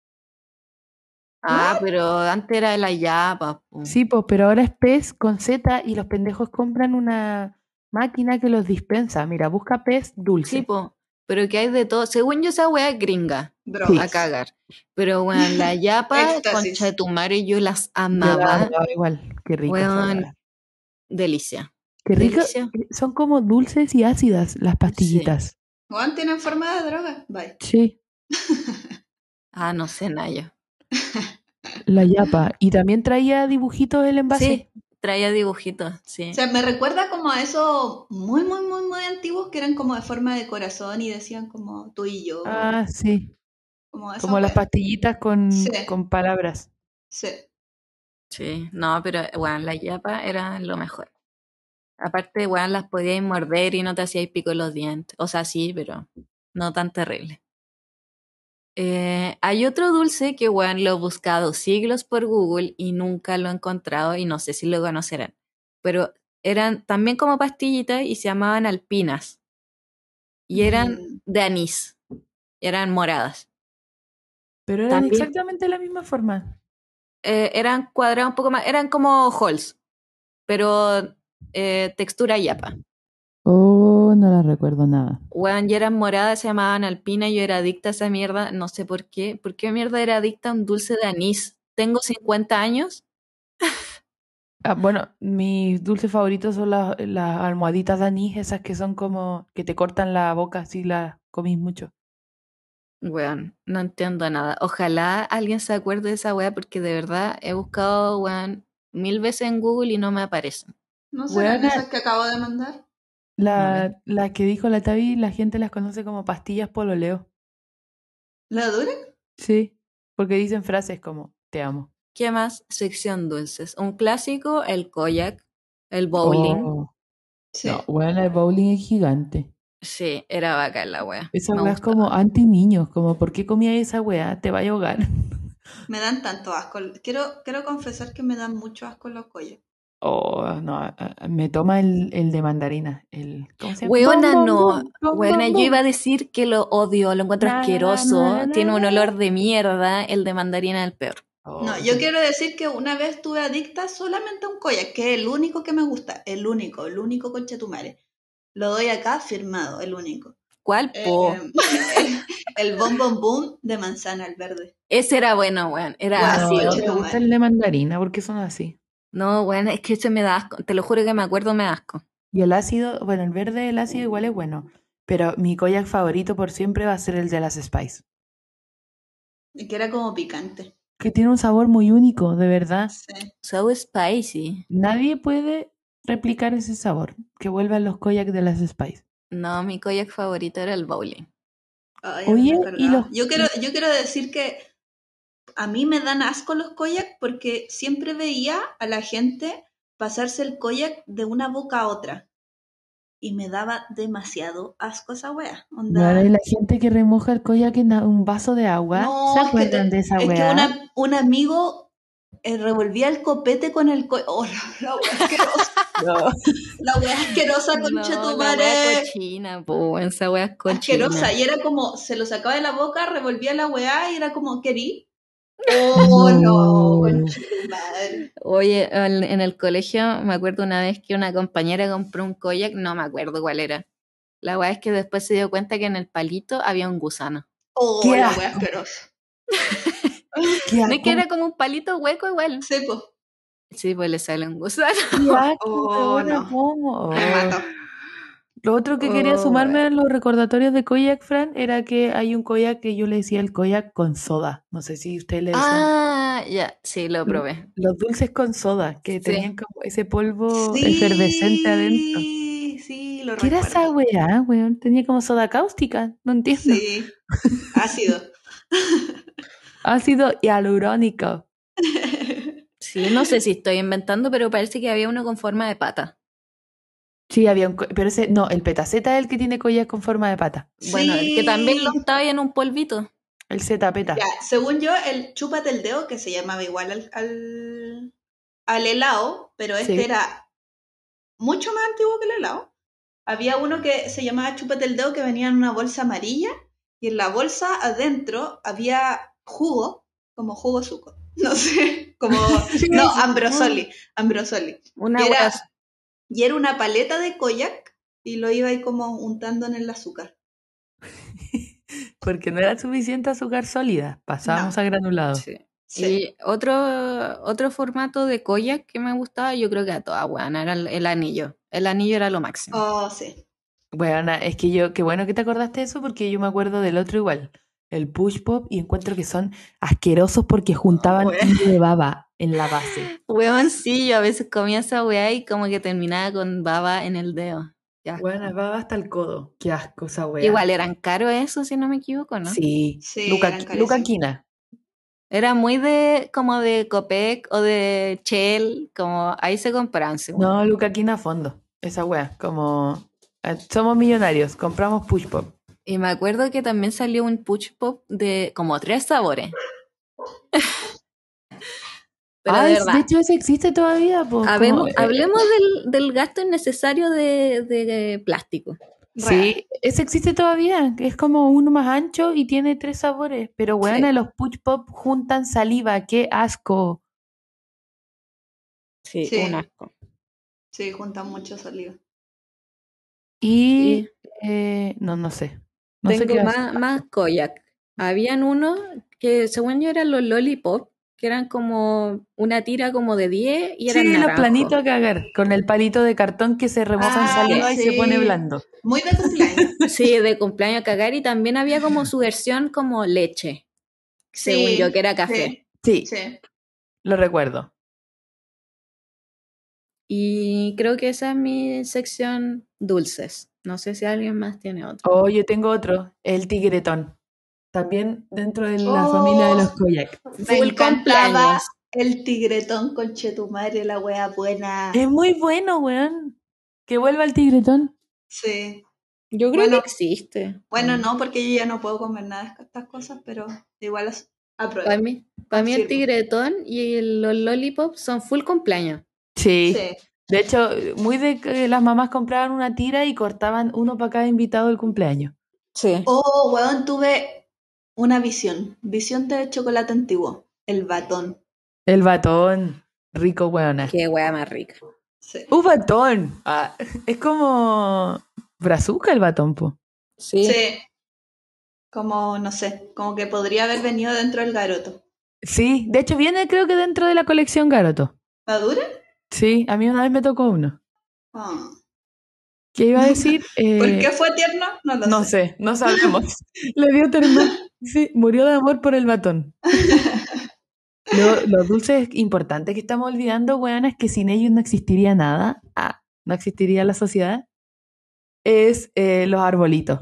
Ah, pero antes era la yapa. po. Sí, pues, pero ahora es pez con Z y los pendejos compran una máquina que los dispensa. Mira, busca pez dulce. Sí, po. Pero que hay de todo. Según yo, esa wea es gringa. Drogas. A cagar. Pero, weón, la yapa, Éxtasis. concha de tu madre, yo las Yo la amaba. amaba igual, qué rico. esa Weón. weá. Delicia. Qué rico. eh, Delicia. Son como dulces y ácidas las pastillitas. Juan tiene forma de droga. Bye. Sí. Ah, no sé, Naya. La yapa. Y también traía dibujitos el envase. Sí, traía dibujitos, sí. O sea, me recuerda como a esos muy, muy, muy, muy antiguos que eran como de forma de corazón y decían como tú y yo. Ah, sí. como esa Como las wea. pastillitas con, Sí. con palabras. Sí. Sí, no, pero bueno, las yapas eran lo mejor. Aparte, bueno, las podíais morder y no te hacíais pico en los dientes. O sea, sí, pero no tan terrible. Eh, hay otro dulce que, bueno, lo he buscado siglos por Google y nunca lo he encontrado y no sé si lo conocerán. Pero eran también como pastillitas y se llamaban alpinas. Y eran Mm. de anís. Eran moradas. Pero eran También- exactamente la misma forma. eh, eran cuadrados un poco más, eran como halls, pero eh, textura yapa. Oh, no la recuerdo nada. Weón, yo era morada, se llamaban alpina, yo era adicta a esa mierda, no sé por qué. ¿Por qué mierda era adicta a un dulce de anís? Tengo 50 años. Ah, bueno, mis dulces favoritos son las, las almohaditas de anís, esas que son como que te cortan la boca si las comís mucho. Weón, no entiendo nada. Ojalá alguien se acuerde de esa weá porque de verdad he buscado, weón, mil veces en Google y no me aparecen. ¿No serán Buena. esas que acabo de mandar? La, la que dijo la Tavi, la gente las conoce como pastillas pololeo. ¿La dura? Sí. Porque dicen frases como te amo. ¿Qué más? Sección dulces. Un clásico, el kayak, el bowling. Oh, Sí. no, bueno, el bowling es gigante. Sí, era bacán la wea. Esa Me weá es gustaba. como anti niños, como ¿por qué comía esa weá? Te va a ahogar. Me dan tanto asco. Quiero, quiero confesar que me dan mucho asco los collos. Oh, no, a- a- me toma el, el de mandarina. El, ¿cómo se llama? Weona, Bom, bom, no. bom, bom, Weona, bom, yo bom. iba a decir que lo odio, lo encuentro Na, na, asqueroso, na, na, tiene un na. olor de mierda, el de mandarina el peor. Oh, No, yo sí. quiero decir que una vez estuve adicta solamente a un collar, que es el único que me gusta, el único, el único conchetumare. Lo doy acá firmado, el único. ¿Cuál? Po. Eh, el bom bom boom de manzana al verde. Ese era bueno, weón. Era Guau, No, así. sí, no yo me no, gusta man. el de mandarina porque son así. No, weón, es que ese me da asco. Te lo juro que me acuerdo, me da asco. Y el ácido, bueno, el verde, el ácido igual es bueno. Pero mi koyak favorito por siempre va a ser el de las Spice. Y que era como picante. Que tiene un sabor muy único, de verdad. Ah, Sí. So spicy. Nadie puede replicar ese sabor. Que vuelvan los koyak de las Spice. No, mi kayak favorito era el bowling. Ay, no me Oye, acordaba. y los- yo, quiero, yo quiero decir que a mí me dan asco los koyak porque siempre veía a la gente pasarse el koyak de una boca a otra. Y me daba demasiado asco esa wea. Onda, Bueno, y la gente que remoja el koyak en a- un vaso de agua. ¿Se No, es que te- acuerdan de esa Es que weá? una- un amigo eh, revolvía el copete con el co Oh, la, la wea asquerosa. la wea asquerosa, No, concha tu la madre. wea cochina, po, weón, esa wea es cochina. Asquerosa. Y era como, se lo sacaba de la boca, revolvía la weá y era como, querí. Oh, no, No. concha tu madre. Oye, al- en el colegio me acuerdo una vez que una compañera compró un koyak, no me acuerdo cuál era. La weá es que después se dio cuenta que en el palito había un gusano. Oh, Qué la asco. wea asquerosa. Qué No es asco, que era como un palito hueco igual. Sí, po. Sí, pues le sale un gusano. qué asco, Oh, weona, no. ¿cómo? Me mató. Lo otro que quería Oh, sumarme bueno. a los recordatorios de Koyak, Fran, era que hay un Koyak que yo le decía el Koyak con soda. No sé si ustedes le decían Ah, ya, sí, Mm. lo probé. los dulces con soda, que Sí. tenían como ese polvo Sí, efervescente adentro. sí, lo ¿Qué era esa recuerdo. weá, weón? Tenía como soda cáustica, no entiendo. Sí, ácido. Ácido hialurónico. Sí, no sé si estoy inventando, pero parece que había uno con forma de pata. Sí, había un... co- Pero ese... No, el petaceta es el que tiene Koyak con forma de pata. Bueno, el que también lo Sí. estaba en un polvito. El zetapeta. Ya, según yo, el chúpate el dedo, que se llamaba igual al, al, al helado, pero este Sí. era mucho más antiguo que el helado. Había uno que se llamaba chúpate el dedo, que venía en una bolsa amarilla, y en la bolsa adentro había jugo, como jugo suco. No sé, como. No, ambrosoli, ambrosoli. Una Era- wea Y era una paleta de koyak, y lo iba ahí como untando en el azúcar. Porque no era suficiente azúcar sólida. Pasábamos a granulado. Sí. Ah. Sí. Y otro, otro formato de koyak que me gustaba, yo creo que a toda weana, era el, el anillo. El anillo era lo máximo. Oh, sí. Bueno, es que yo, qué bueno que te acordaste de eso porque yo me acuerdo del otro igual, el push pop, y encuentro que son asquerosos porque juntaban Bueno. hilo de baba en la base. Weón, sí, yo a veces comía esa weá y como que terminaba con baba en el dedo. Qué asco. Bueno, baba hasta el codo. Qué asco esa wea. Igual eran caros eso, si no me equivoco, ¿no? Sí, Sí, Luca, eran Luca carísimos. Quina. Era muy de como de Copec o de Shell, como ahí se compraban. según. No, Luca Quina a fondo. Esa wea, como eh, somos millonarios, compramos push pop. Y me acuerdo que también salió un push pop de como tres sabores. Pero Ah, de es- verdad. de hecho, ese existe todavía. po, como, Habemos- eh, hablemos del, del gasto innecesario de, de plástico. Real. Sí, ese existe todavía. que Es como uno más ancho y tiene tres sabores. Pero, weona, Sí. los push pop juntan saliva. ¡Qué asco! Sí, Sí. asco. Sí, juntan mucho saliva. Y eh, no, no sé. No sé Tengo qué va a ser. más, más koyak. Habían uno que según yo eran los lollipop, que eran como una tira como de 10 y eran Sí, los naranjo. planitos a cagar, con el palito de cartón que se remoja en Ah, saliva y se sí. pone blando. Muy de cumpleaños. Sí, de cumpleaños a cagar y también había como su versión como leche, según Sí, yo, que era café. Sí, Sí, sí. lo recuerdo. Y creo que esa es mi sección dulces. No sé si alguien más tiene otro. Oh, yo tengo otro, el tigretón. También dentro de la Oh. familia de los koyak. Me encantaba el tigretón con Chetumare, la wea buena. Es muy bueno, weón. Que vuelva el tigretón. Sí. Yo creo Bueno. que existe. Bueno, no, porque yo ya no puedo comer nada de estas cosas, pero igual las apruebo. Para mí, para mí Sirve. el tigretón y el- los lollipops son full cumpleaños. Sí. Sí. De hecho, muy de que las mamás compraban una tira y cortaban uno para cada invitado del cumpleaños. Sí. Oh, weón, tuve una visión. Visión de chocolate antiguo. El batón. El batón. Rico, weón. Qué wea más rica. Sí. Un batón. Ah, es como brazuca el batón, po. Sí. Sí. Como, no sé, como que podría haber venido dentro del garoto. Sí, de hecho viene creo que dentro de la colección Garoto. ¿Madura? Sí, a mí una vez me tocó uno. Ah. ¿Qué iba a decir? ¿Por Eh, qué fue tierno? No lo No sé. sé, no sabemos. Le dio ternura. Sí, murió de amor por el batón. Lo, lo dulce importante que estamos olvidando, weón, es que sin ellos no existiría nada. Ah, no existiría la sociedad. Es eh, los arbolitos.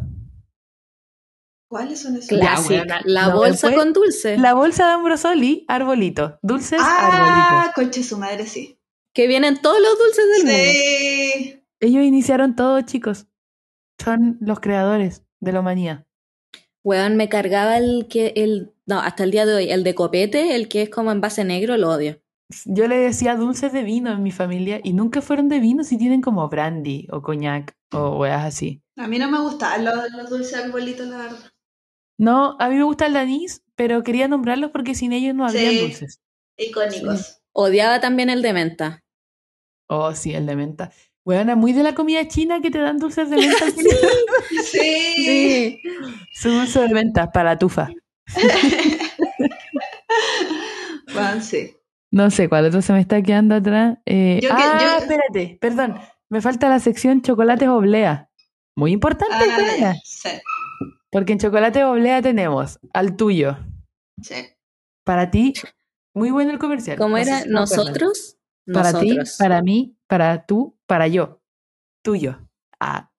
¿Cuáles son esos? Claro. Classic. weona, la no, bolsa después- con dulce. La bolsa de Ambrosoli, arbolito. Dulces, arbolitos. Ah, conche su madre, sí. Que vienen todos los dulces del mundo. Sí. Ellos iniciaron todo, chicos. Son los creadores de la humanidad. Weón, me cargaba el que, el, no, hasta el día de hoy, el de copete, el que es como en base negro, lo odio. Yo le decía dulces de vino en mi familia y nunca fueron de vino si tienen como brandy o coñac o weas así. A mí no me gustaban los, los dulces arbolitos, la verdad. No, a mí me gusta el anís, pero quería nombrarlos porque sin ellos no habrían Sí. dulces. Icónicos. Odiaba también el de menta. Oh, sí, el de menta. Bueno, muy de la comida china que te dan dulces de menta. al final. Sí. Sí. Su dulce de menta para la tufa. Juan, sí. No sé cuál otro se me está quedando atrás. Eh, Yo que- ah, yo- espérate, perdón. Me falta la sección chocolates oblea. Muy importante, Ah, ya, weona, sí, porque en chocolates oblea tenemos al tuyo. sí. Para ti, muy bueno el comercial. ¿Cómo No sé era? si te acuerdas. ¿Nosotros? Para Nosotros. ti, para mí, para tú, para yo. Tuyo. Ah.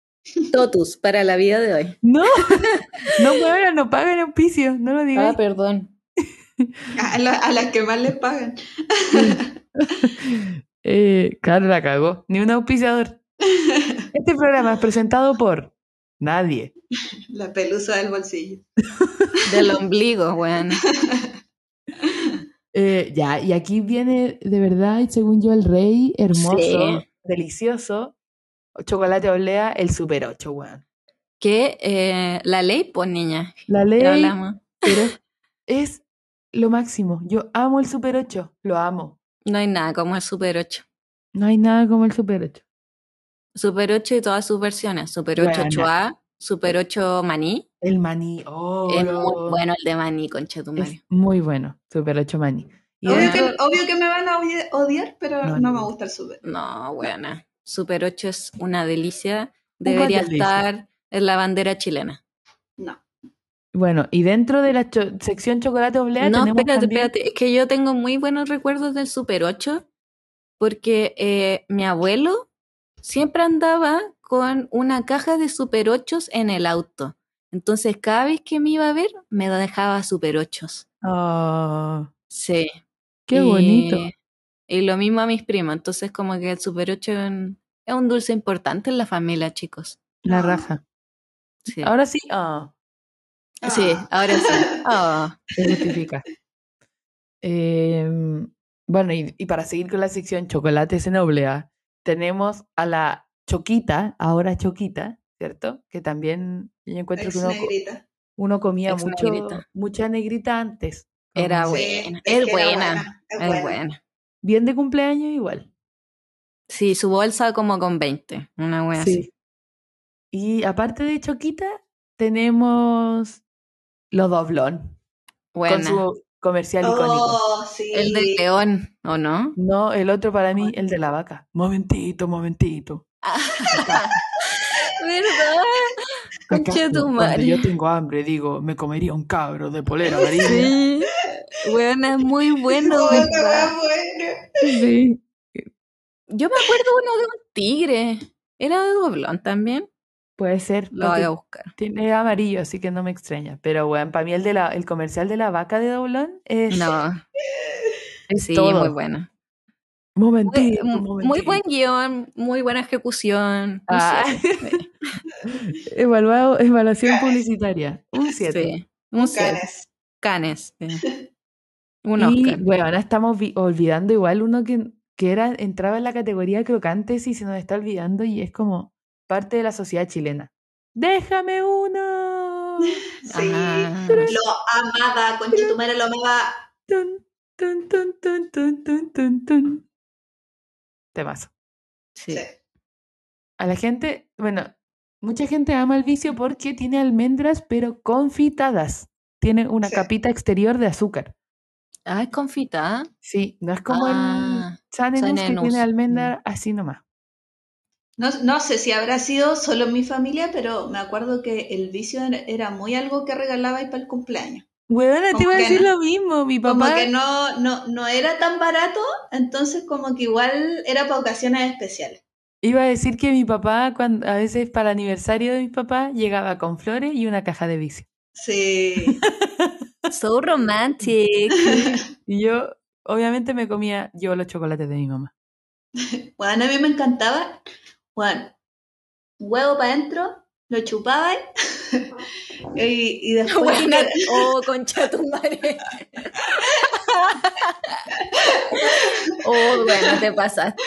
Totus, para la vida de hoy. No, no ahora no pagan auspicio, no lo digas. Ah, perdón. A, la- a las que más les pagan. Eh, claro, la cagó. Ni un auspiciador. Este programa es presentado por nadie. La pelusa del bolsillo. Del ombligo, weón. Eh, ya, y aquí viene de verdad, y según yo, el rey hermoso, Sí. delicioso, chocolate oblea, el super 8, weón. Que eh, la ley, pues niña. La Ya ley, hablamos. pero es lo máximo. Yo amo el super 8, lo amo. No hay nada como el Super 8. No hay nada como el super 8. Super 8 y todas sus versiones. Super 8 Weona. Chua, Super 8 Maní. El maní, oh, Es lo- muy bueno el de Maní, concha de tu madre. Es muy bueno, super 8 maní. Y Obvio que, dentro- obvio que me van a odie- odiar, pero No, no, no. me gusta el súper. No, buena. Super 8 es una delicia. Una Debería delicia. estar en la bandera chilena. No. bueno, y dentro de la cho- sección chocolate oblea No, tenemos espérate, también- espérate. Es que yo tengo muy buenos recuerdos del Super 8 porque eh, mi abuelo siempre andaba con una caja de Super 8 en el auto. Entonces, cada vez que me iba a ver, me dejaba Super 8. Oh, Sí. qué Y- bonito. Y lo mismo a mis primos. Entonces, como que el Super 8 es un, es un dulce importante en la familia, chicos. La Ah. raja. Sí, Ahora sí, ah, Sí, Ah. ahora sí. Oh. se justifica. Em, bueno, y, y para seguir con la sección chocolates en oblea, tenemos a la Choquita, ahora Choquita, ¿cierto? Que también yo encuentro Ex que uno, co- negrita. uno comía Ex mucho, negrita. mucha negrita antes. como Era así. buena, es que era buena, Es Es buena. buena. Bien de cumpleaños igual. Sí, su bolsa como con 20. Una wea así. Sí. Y aparte de Choquita, tenemos Lo Doblón. Buena. Con su comercial icónico. Oh, sí. El del león, ¿o no? No, el otro para mí, el de la vaca. Momentito, momentito. ¿Verdad? Acá, Conchetumare. Cuando yo tengo hambre, digo, me comería un cabro de polera amarilla. Sí. Weón, es muy bueno. Oh, ¿verdad? la wea buena. Sí. Yo me acuerdo uno de un tigre. Era de doblón también. Puede ser. Lo voy porque a buscar. tiene amarillo, así que no me extraña. Pero bueno, para mí el, de la, el comercial de la vaca de doblón es. No. es Sí, todo. muy bueno. Muy, Momentito, muy momentito. buen guión, muy buena ejecución. Un Ah. siete. Evaluado, evaluación publicitaria. Un 7. Sí, un siete. Caras. Canes. sí. Un Y Oscar. bueno, ahora estamos vi- olvidando igual uno que, que era, entraba en la categoría crocantes y se nos está olvidando y es como parte de la sociedad chilena. ¡Déjame uno! Sí. Ah. Lo amaba, conchetumare lo amaba. Tun, tun, tun, tun, tun, tun, tun, tun. Temazo. Sí. Sí. A la gente, bueno, mucha gente ama el vicio porque tiene almendras pero confitadas. Tiene una Sí. capita exterior de azúcar. Ah, es confitada. Sí, no es como Ah, el San Enús que Enús. tiene mm. almendra así nomás. No, no sé si habrá sido solo en mi familia, pero me acuerdo que el vicio era- era muy algo que regalaba para el cumpleaños. Huevona, te Como iba a que decir no- lo mismo, mi Como papá. que no, no, no era tan barato, entonces como que igual era para ocasiones especiales. Iba a decir que mi papá, cuando, a veces para el aniversario de mi papá, llegaba con flores y una caja de vicio. Sí. So romantic. Y yo, obviamente, me comía yo los chocolates de mi mamá. Juan, a mí me encantaba. Juan, huevo para adentro, lo chupaba y, y después... Buena- Oh, concha tu madre. Oh, bueno, te pasaste.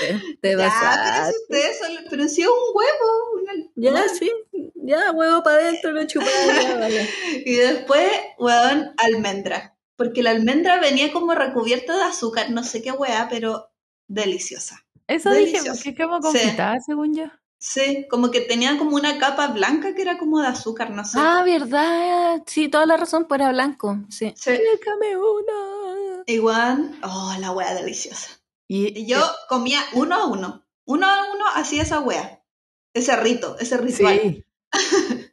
Ya, Te pero pasaste. si ustedes son- pero si es un huevo. una- Ya, sí. Ya, huevo para adentro, lo chupaba. ya, vale. Y después, huevón, almendra. Porque la almendra venía como recubierta de azúcar, no sé qué hueá, pero deliciosa. Eso dije, Delicioso. porque es como Sí. confitada, según yo. Sí, como que tenía como una capa blanca que era como de azúcar, no sé. Ah, verdad. Sí, toda la razón pues era blanco. Sí. Sí. Déjame uno. Igual, oh, la hueá deliciosa. Y, eh, Y yo comía uno a uno. Uno a uno hacía esa hueá. Ese rito, ese ritual. Sí.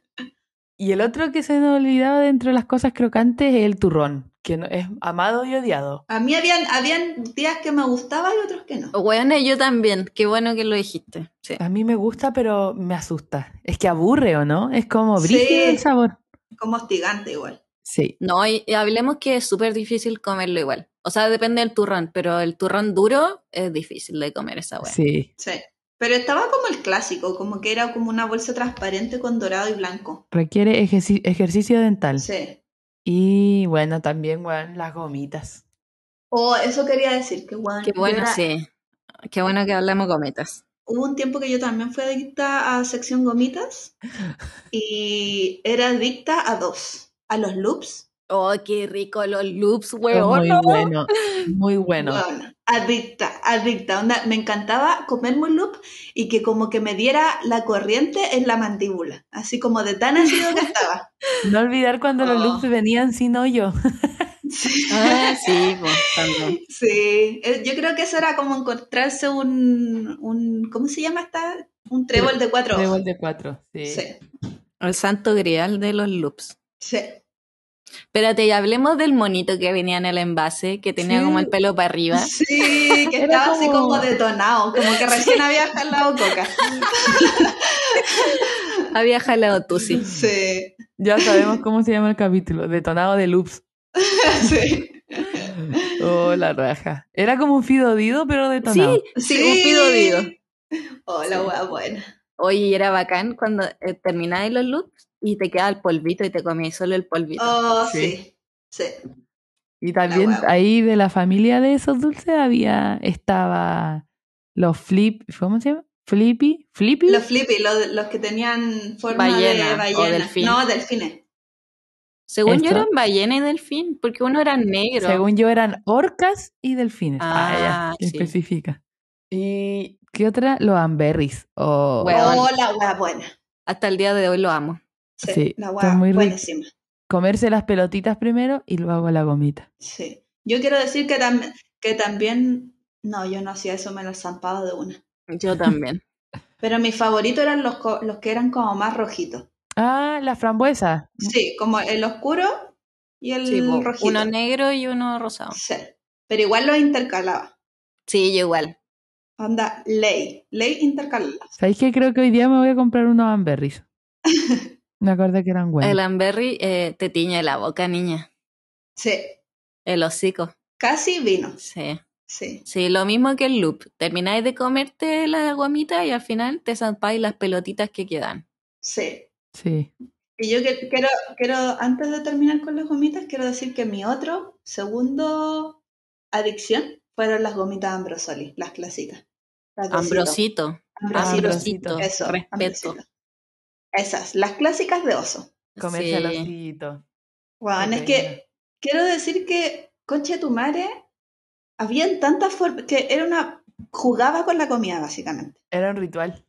y el otro que se nos olvidaba dentro de las cosas crocantes es el turrón, que no- es amado y odiado. A mí habían, habían días que me gustaba y otros que no. Bueno, yo también. Qué bueno que lo dijiste. Sí. A mí me gusta, pero me asusta. Es que aburre, ¿o no? Es como Sí. brígido el sabor. Como hostigante igual. Sí. No, y, y hablemos que es súper difícil comerlo igual. O sea, depende del turrón, pero el turrón duro es difícil de comer esa hueá. Sí. Sí. Pero estaba como el clásico, como que era como una bolsa transparente con dorado y blanco. Requiere ejerci- ejercicio dental. Sí. Y bueno, también, weón, las gomitas. Oh, eso quería decir, que bueno. Qué bueno, sí. Qué bueno que hablamos gometas. Hubo un tiempo que yo también fui adicta a sección gomitas y era adicta a dos, a los loops. Oh, qué rico los loops, Es muy weón. bueno. Muy bueno. Bueno, adicta, adicta. Onda, me encantaba comerme un loop y que como que me diera la corriente en la mandíbula, así como de tan ácido que estaba. No olvidar cuando los Oh. loops venían sin hoyo. Sí. Ah, sí, pues, también. Sí, eh, yo creo que eso era como encontrarse un, un ¿cómo se llama esta? Un trébol de cuatro De hojas. gol de cuatro. Sí. Sí, El santo grial de los loops. sí. Espérate, y hablemos del monito que venía en el envase, que tenía Sí. como el pelo para arriba. Sí, que Era estaba así como- como detonado, como que recién había jalado coca. Había jalado tú, sí. Sí, Ya sabemos cómo se llama el capítulo. Detonado de loops. sí. Oh, la raja. Era como un fidodido, pero detonado. Sí, sí, un pido dido. Oh, la hueá buena. Oye, y era bacán cuando eh, terminabas los loops y te quedaba el polvito y te comías solo el polvito. Oh, Sí. sí. Sí. Y también hueá. ahí de la familia de esos dulces había, estaba los flip, ¿cómo se llama? Flippy, Flippy. Los flippy, los, los que tenían forma Ballena de o ballena. delfín. No, delfines. Según yo Esto. eran ballena y delfín, porque uno era negro. Según yo eran orcas y delfines. Ah, Ah, ya, sí. especifica. ¿Y qué otra? Los amberries. o Hueón. Oh, la hueá buena. Hasta el día de hoy lo amo. Sí, Sí, la está guava, muy rico. buenísima. Comerse las pelotitas primero y luego la gomita. Sí. Yo quiero decir que, tam- que también. No, yo no hacía eso, me lo zampaba de una. Yo también. Pero mis favoritos eran los, co- los que eran como más rojitos. Ah, la frambuesa. Sí, como el oscuro y el Sí, po, rojito. uno negro y uno rosado. Sí. Pero igual los intercalaba. Sí, yo igual. Onda, ley. Ley intercalada. ¿Sabéis que creo que hoy día me voy a comprar unos amberries? Me acordé que eran buenos. El amberry eh, te tiñe la boca, niña. Sí. El hocico. Casi vino. Sí. Sí. Sí, lo mismo que el loop. Termináis de comerte la gomita y al final te zampáis las pelotitas que quedan. Sí. Sí. Y yo que- quiero, quiero, antes de terminar con las gomitas, quiero decir que mi otro, segundo adicción fueron las gomitas Ambrosoli, las clasitas. Las de Cito. Ambrosito. Ah, Ambrosito. Ambrosito. Ambrosito. Eso, Respeto. Ambrosito. Esas, las clásicas de oso. Comerse Sí. el osito. Weón, Qué es que pena. quiero decir que, conche tu madre, habían tantas formas, que era una, jugaba con la comida básicamente. Era un ritual.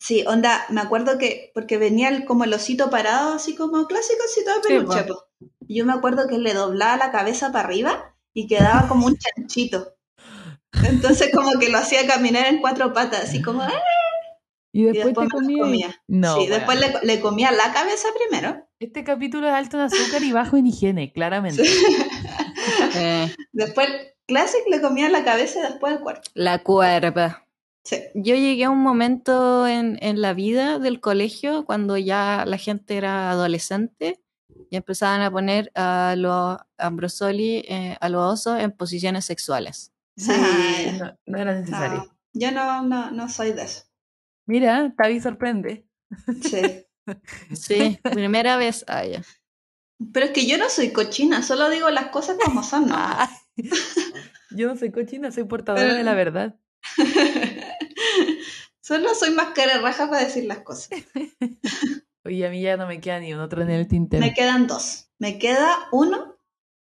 Sí, onda, me acuerdo que, porque venía el, como el osito parado, así como clásico osito de Sí, peluche, po. po. Y Yo me acuerdo que le doblaba la cabeza para arriba y quedaba como un chanchito. Entonces como que lo hacía caminar en cuatro patas, así como, ¡ah! Y y después, después te me comía. lo comía. No. sí, weón. después le, le comía la cabeza primero, Este capítulo es alto en azúcar y bajo en higiene, claramente. Eh, después Classic le comía la cabeza y después el cuerpo. la cuerpa. Sí, Yo llegué a un momento en, en la vida del colegio cuando ya la gente era adolescente y empezaban a poner a los ambrosoli, eh, a los osos en posiciones sexuales. Sí, Ah, no, no era necesario. no, yo no, no, no soy de eso. Mira, Tavi sorprende. Sí. Sí, primera vez. Ah, ya. Pero es que yo no soy cochina, solo digo las cosas como son, ¿no? Ay, Yo no soy cochina, soy portadora de la verdad. Solo soy más cara raja para decir las cosas. Oye, a mí ya no me queda ni un otro en el tintero. Me quedan dos. Me queda uno,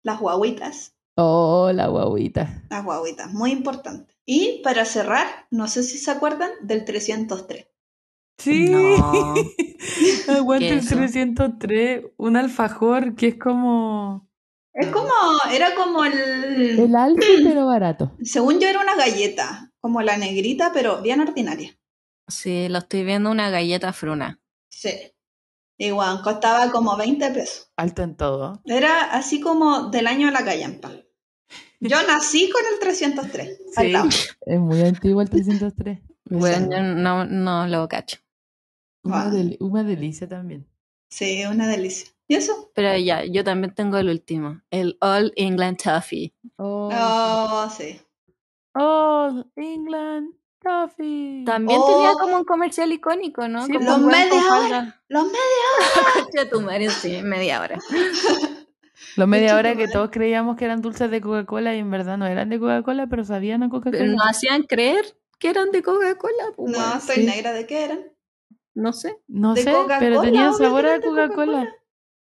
las guaguitas. Oh, la guaguita. Las guaguitas, muy importante. Y para cerrar, no sé si se acuerdan del 303. Sí. No. Aguanta ¿Qué el es eso? 303, un alfajor que es como... Es como, era como el... El alfa, pero barato. Según yo era una galleta, como la negrita, pero bien ordinaria. Sí, lo estoy viendo una galleta fruna. Sí. Igual, costaba como 20 pesos. Alto en todo. Era así como del año de la callampa. Yo nací con el 303. Sí, Faltaba. es muy antiguo el 303. Bueno, yo no, no lo cacho. Una, Ah. deli- una delicia también. Sí, una delicia. ¿Y eso? Pero ya, yo también tengo el último, el All England Toffee. Oh, Oh, sí. All England Coffee. También Oh. tenía como un comercial icónico, ¿no? Sí, Como los un weón medias con horas. falda. Los Concha tu madre, sí, media hora. Los Concha media tu hora que madre. todos creíamos que eran dulces de Coca-Cola y en verdad no eran de Coca-Cola, pero sabían a Coca-Cola. Pero nos hacían creer que eran de Coca-Cola. pues, No, weón. estoy sí. negra de qué eran. No sé. No de sé, pero Coca-Cola, tenían sabor a obviamente de Coca-Cola.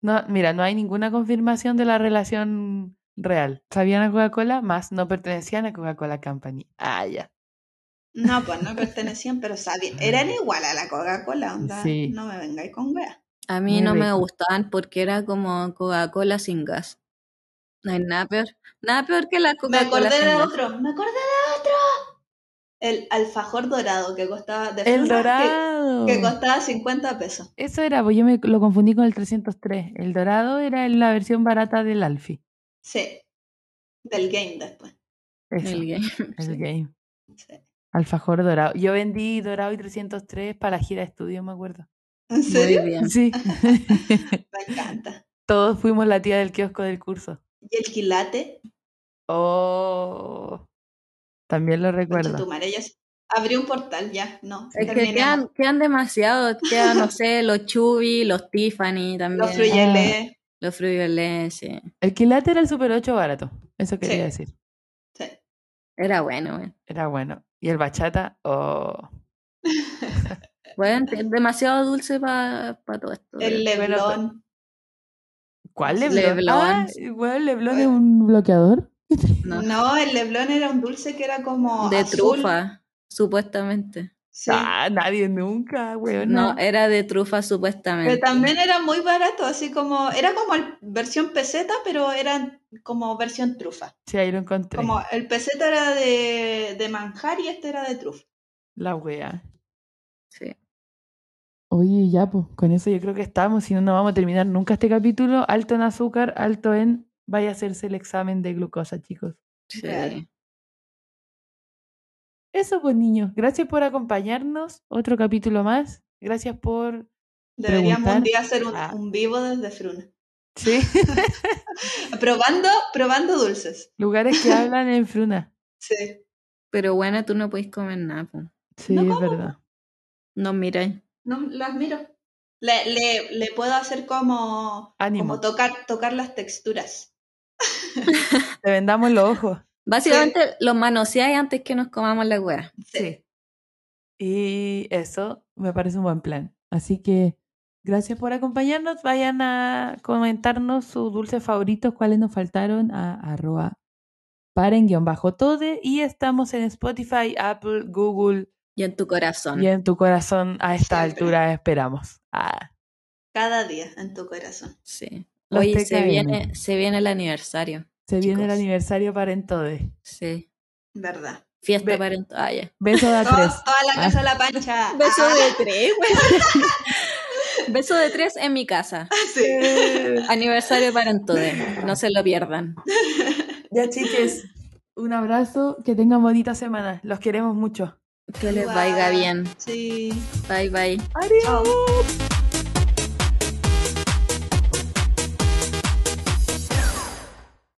No, mira, no hay ninguna confirmación de la relación real. Sabían a Coca-Cola, más no pertenecían a Coca-Cola Company. Ah, ya. No, pues no pertenecían, pero sabían. Eran igual a la Coca-Cola, onda. Sí. No me vengáis con wea. A mí Muy no me rico. gustaban porque era como Coca-Cola sin gas. No hay nada peor. Nada peor que la Me Coca-Cola acordé sin de gas. otro, me acordé de otro. El alfajor dorado que costaba de El frutas, que- dorado. Que, costaba 50 pesos. Eso era, pues yo me lo confundí con el 303. El dorado era la versión barata del Alfie. Sí. Del game después. Eso, El el, game. sí. game. Sí. Alfajor dorado. Yo vendí dorado y 303 para la gira de estudio, me acuerdo. ¿En Muy serio? bien. Sí. Me encanta. Todos fuimos la tía del kiosco del curso. Y el quilate. Oh. También lo Concha tu recuerdo. madre, ya se- Abrí un portal ya. No. Es que terminemos. quedan, quedan demasiados. Quedan, no sé, los Chubby, los Tiffany también. Los fruyeles. Los Fruyolé, sí. El quilate era el Super 8 barato. Eso quería decir. Sí. Era bueno, weón. Era bueno. Y el bachata, oh. Bueno, es demasiado dulce para todo esto. El Bueno, leblón. ¿Cuál Sí. Leblon? Leblon. Ah, weón, Leblon es un bloqueador. no. No. el leblón era un dulce que era como de azul. trufa, supuestamente. Sí. Ah, nadie nunca, weón. No, No, era de trufa supuestamente. Pero también era muy barato, así como, era como el- versión peseta, pero era como versión trufa. sí, ahí lo encontré. Como el peseta era de, de manjar y este era de trufa. La wea. Sí. Oye, ya, pues, con eso yo creo que estamos, si no, no vamos a terminar nunca este capítulo. Alto en azúcar, alto en... Vaya a hacerse el examen de glucosa, chicos. sí. Claro. Eso pues, niños. Gracias por acompañarnos. Otro capítulo más. Gracias por... Deberíamos Preguntar. un día hacer un, Ah. un vivo desde Fruna. Sí. Probando, probando dulces. Lugares que hablan en fruna. Sí. Pero bueno, tú no puedes comer nada. po. Sí, No es como, verdad. No miráis. No, las miro. Le, le, le puedo hacer como, Ánimo. como tocar, tocar las texturas. Te vendamos los ojos. Básicamente los manoseáis antes que nos comamos la weá. Sí. Y eso me parece un buen plan. Así que gracias por acompañarnos. Vayan a comentarnos sus dulces favoritos, cuáles nos faltaron a arroba paren guión bajo tode. Y estamos en Spotify, Apple, Google Y en tu corazón. y en tu corazón a esta Siempre. altura esperamos. Ah, Cada día en tu corazón. Sí. Los Oye, se TKM. viene, se viene el aniversario. se viene el Chicos. aniversario paren tode. Sí. ¿Verdad? Fiesta Ve- para en ah, ya. Besos a Todo- tres. toda la Ah. casa a la pancha. Beso Ah, de tres, weón. Beso de tres en mi casa. sí. Aniversario para en todo. No se lo pierdan. Ya chiques, un abrazo, que tengan bonita semana. Los queremos mucho. Que les vaya bien. Sí. Oh, Bye, bye. Adiós. Chao.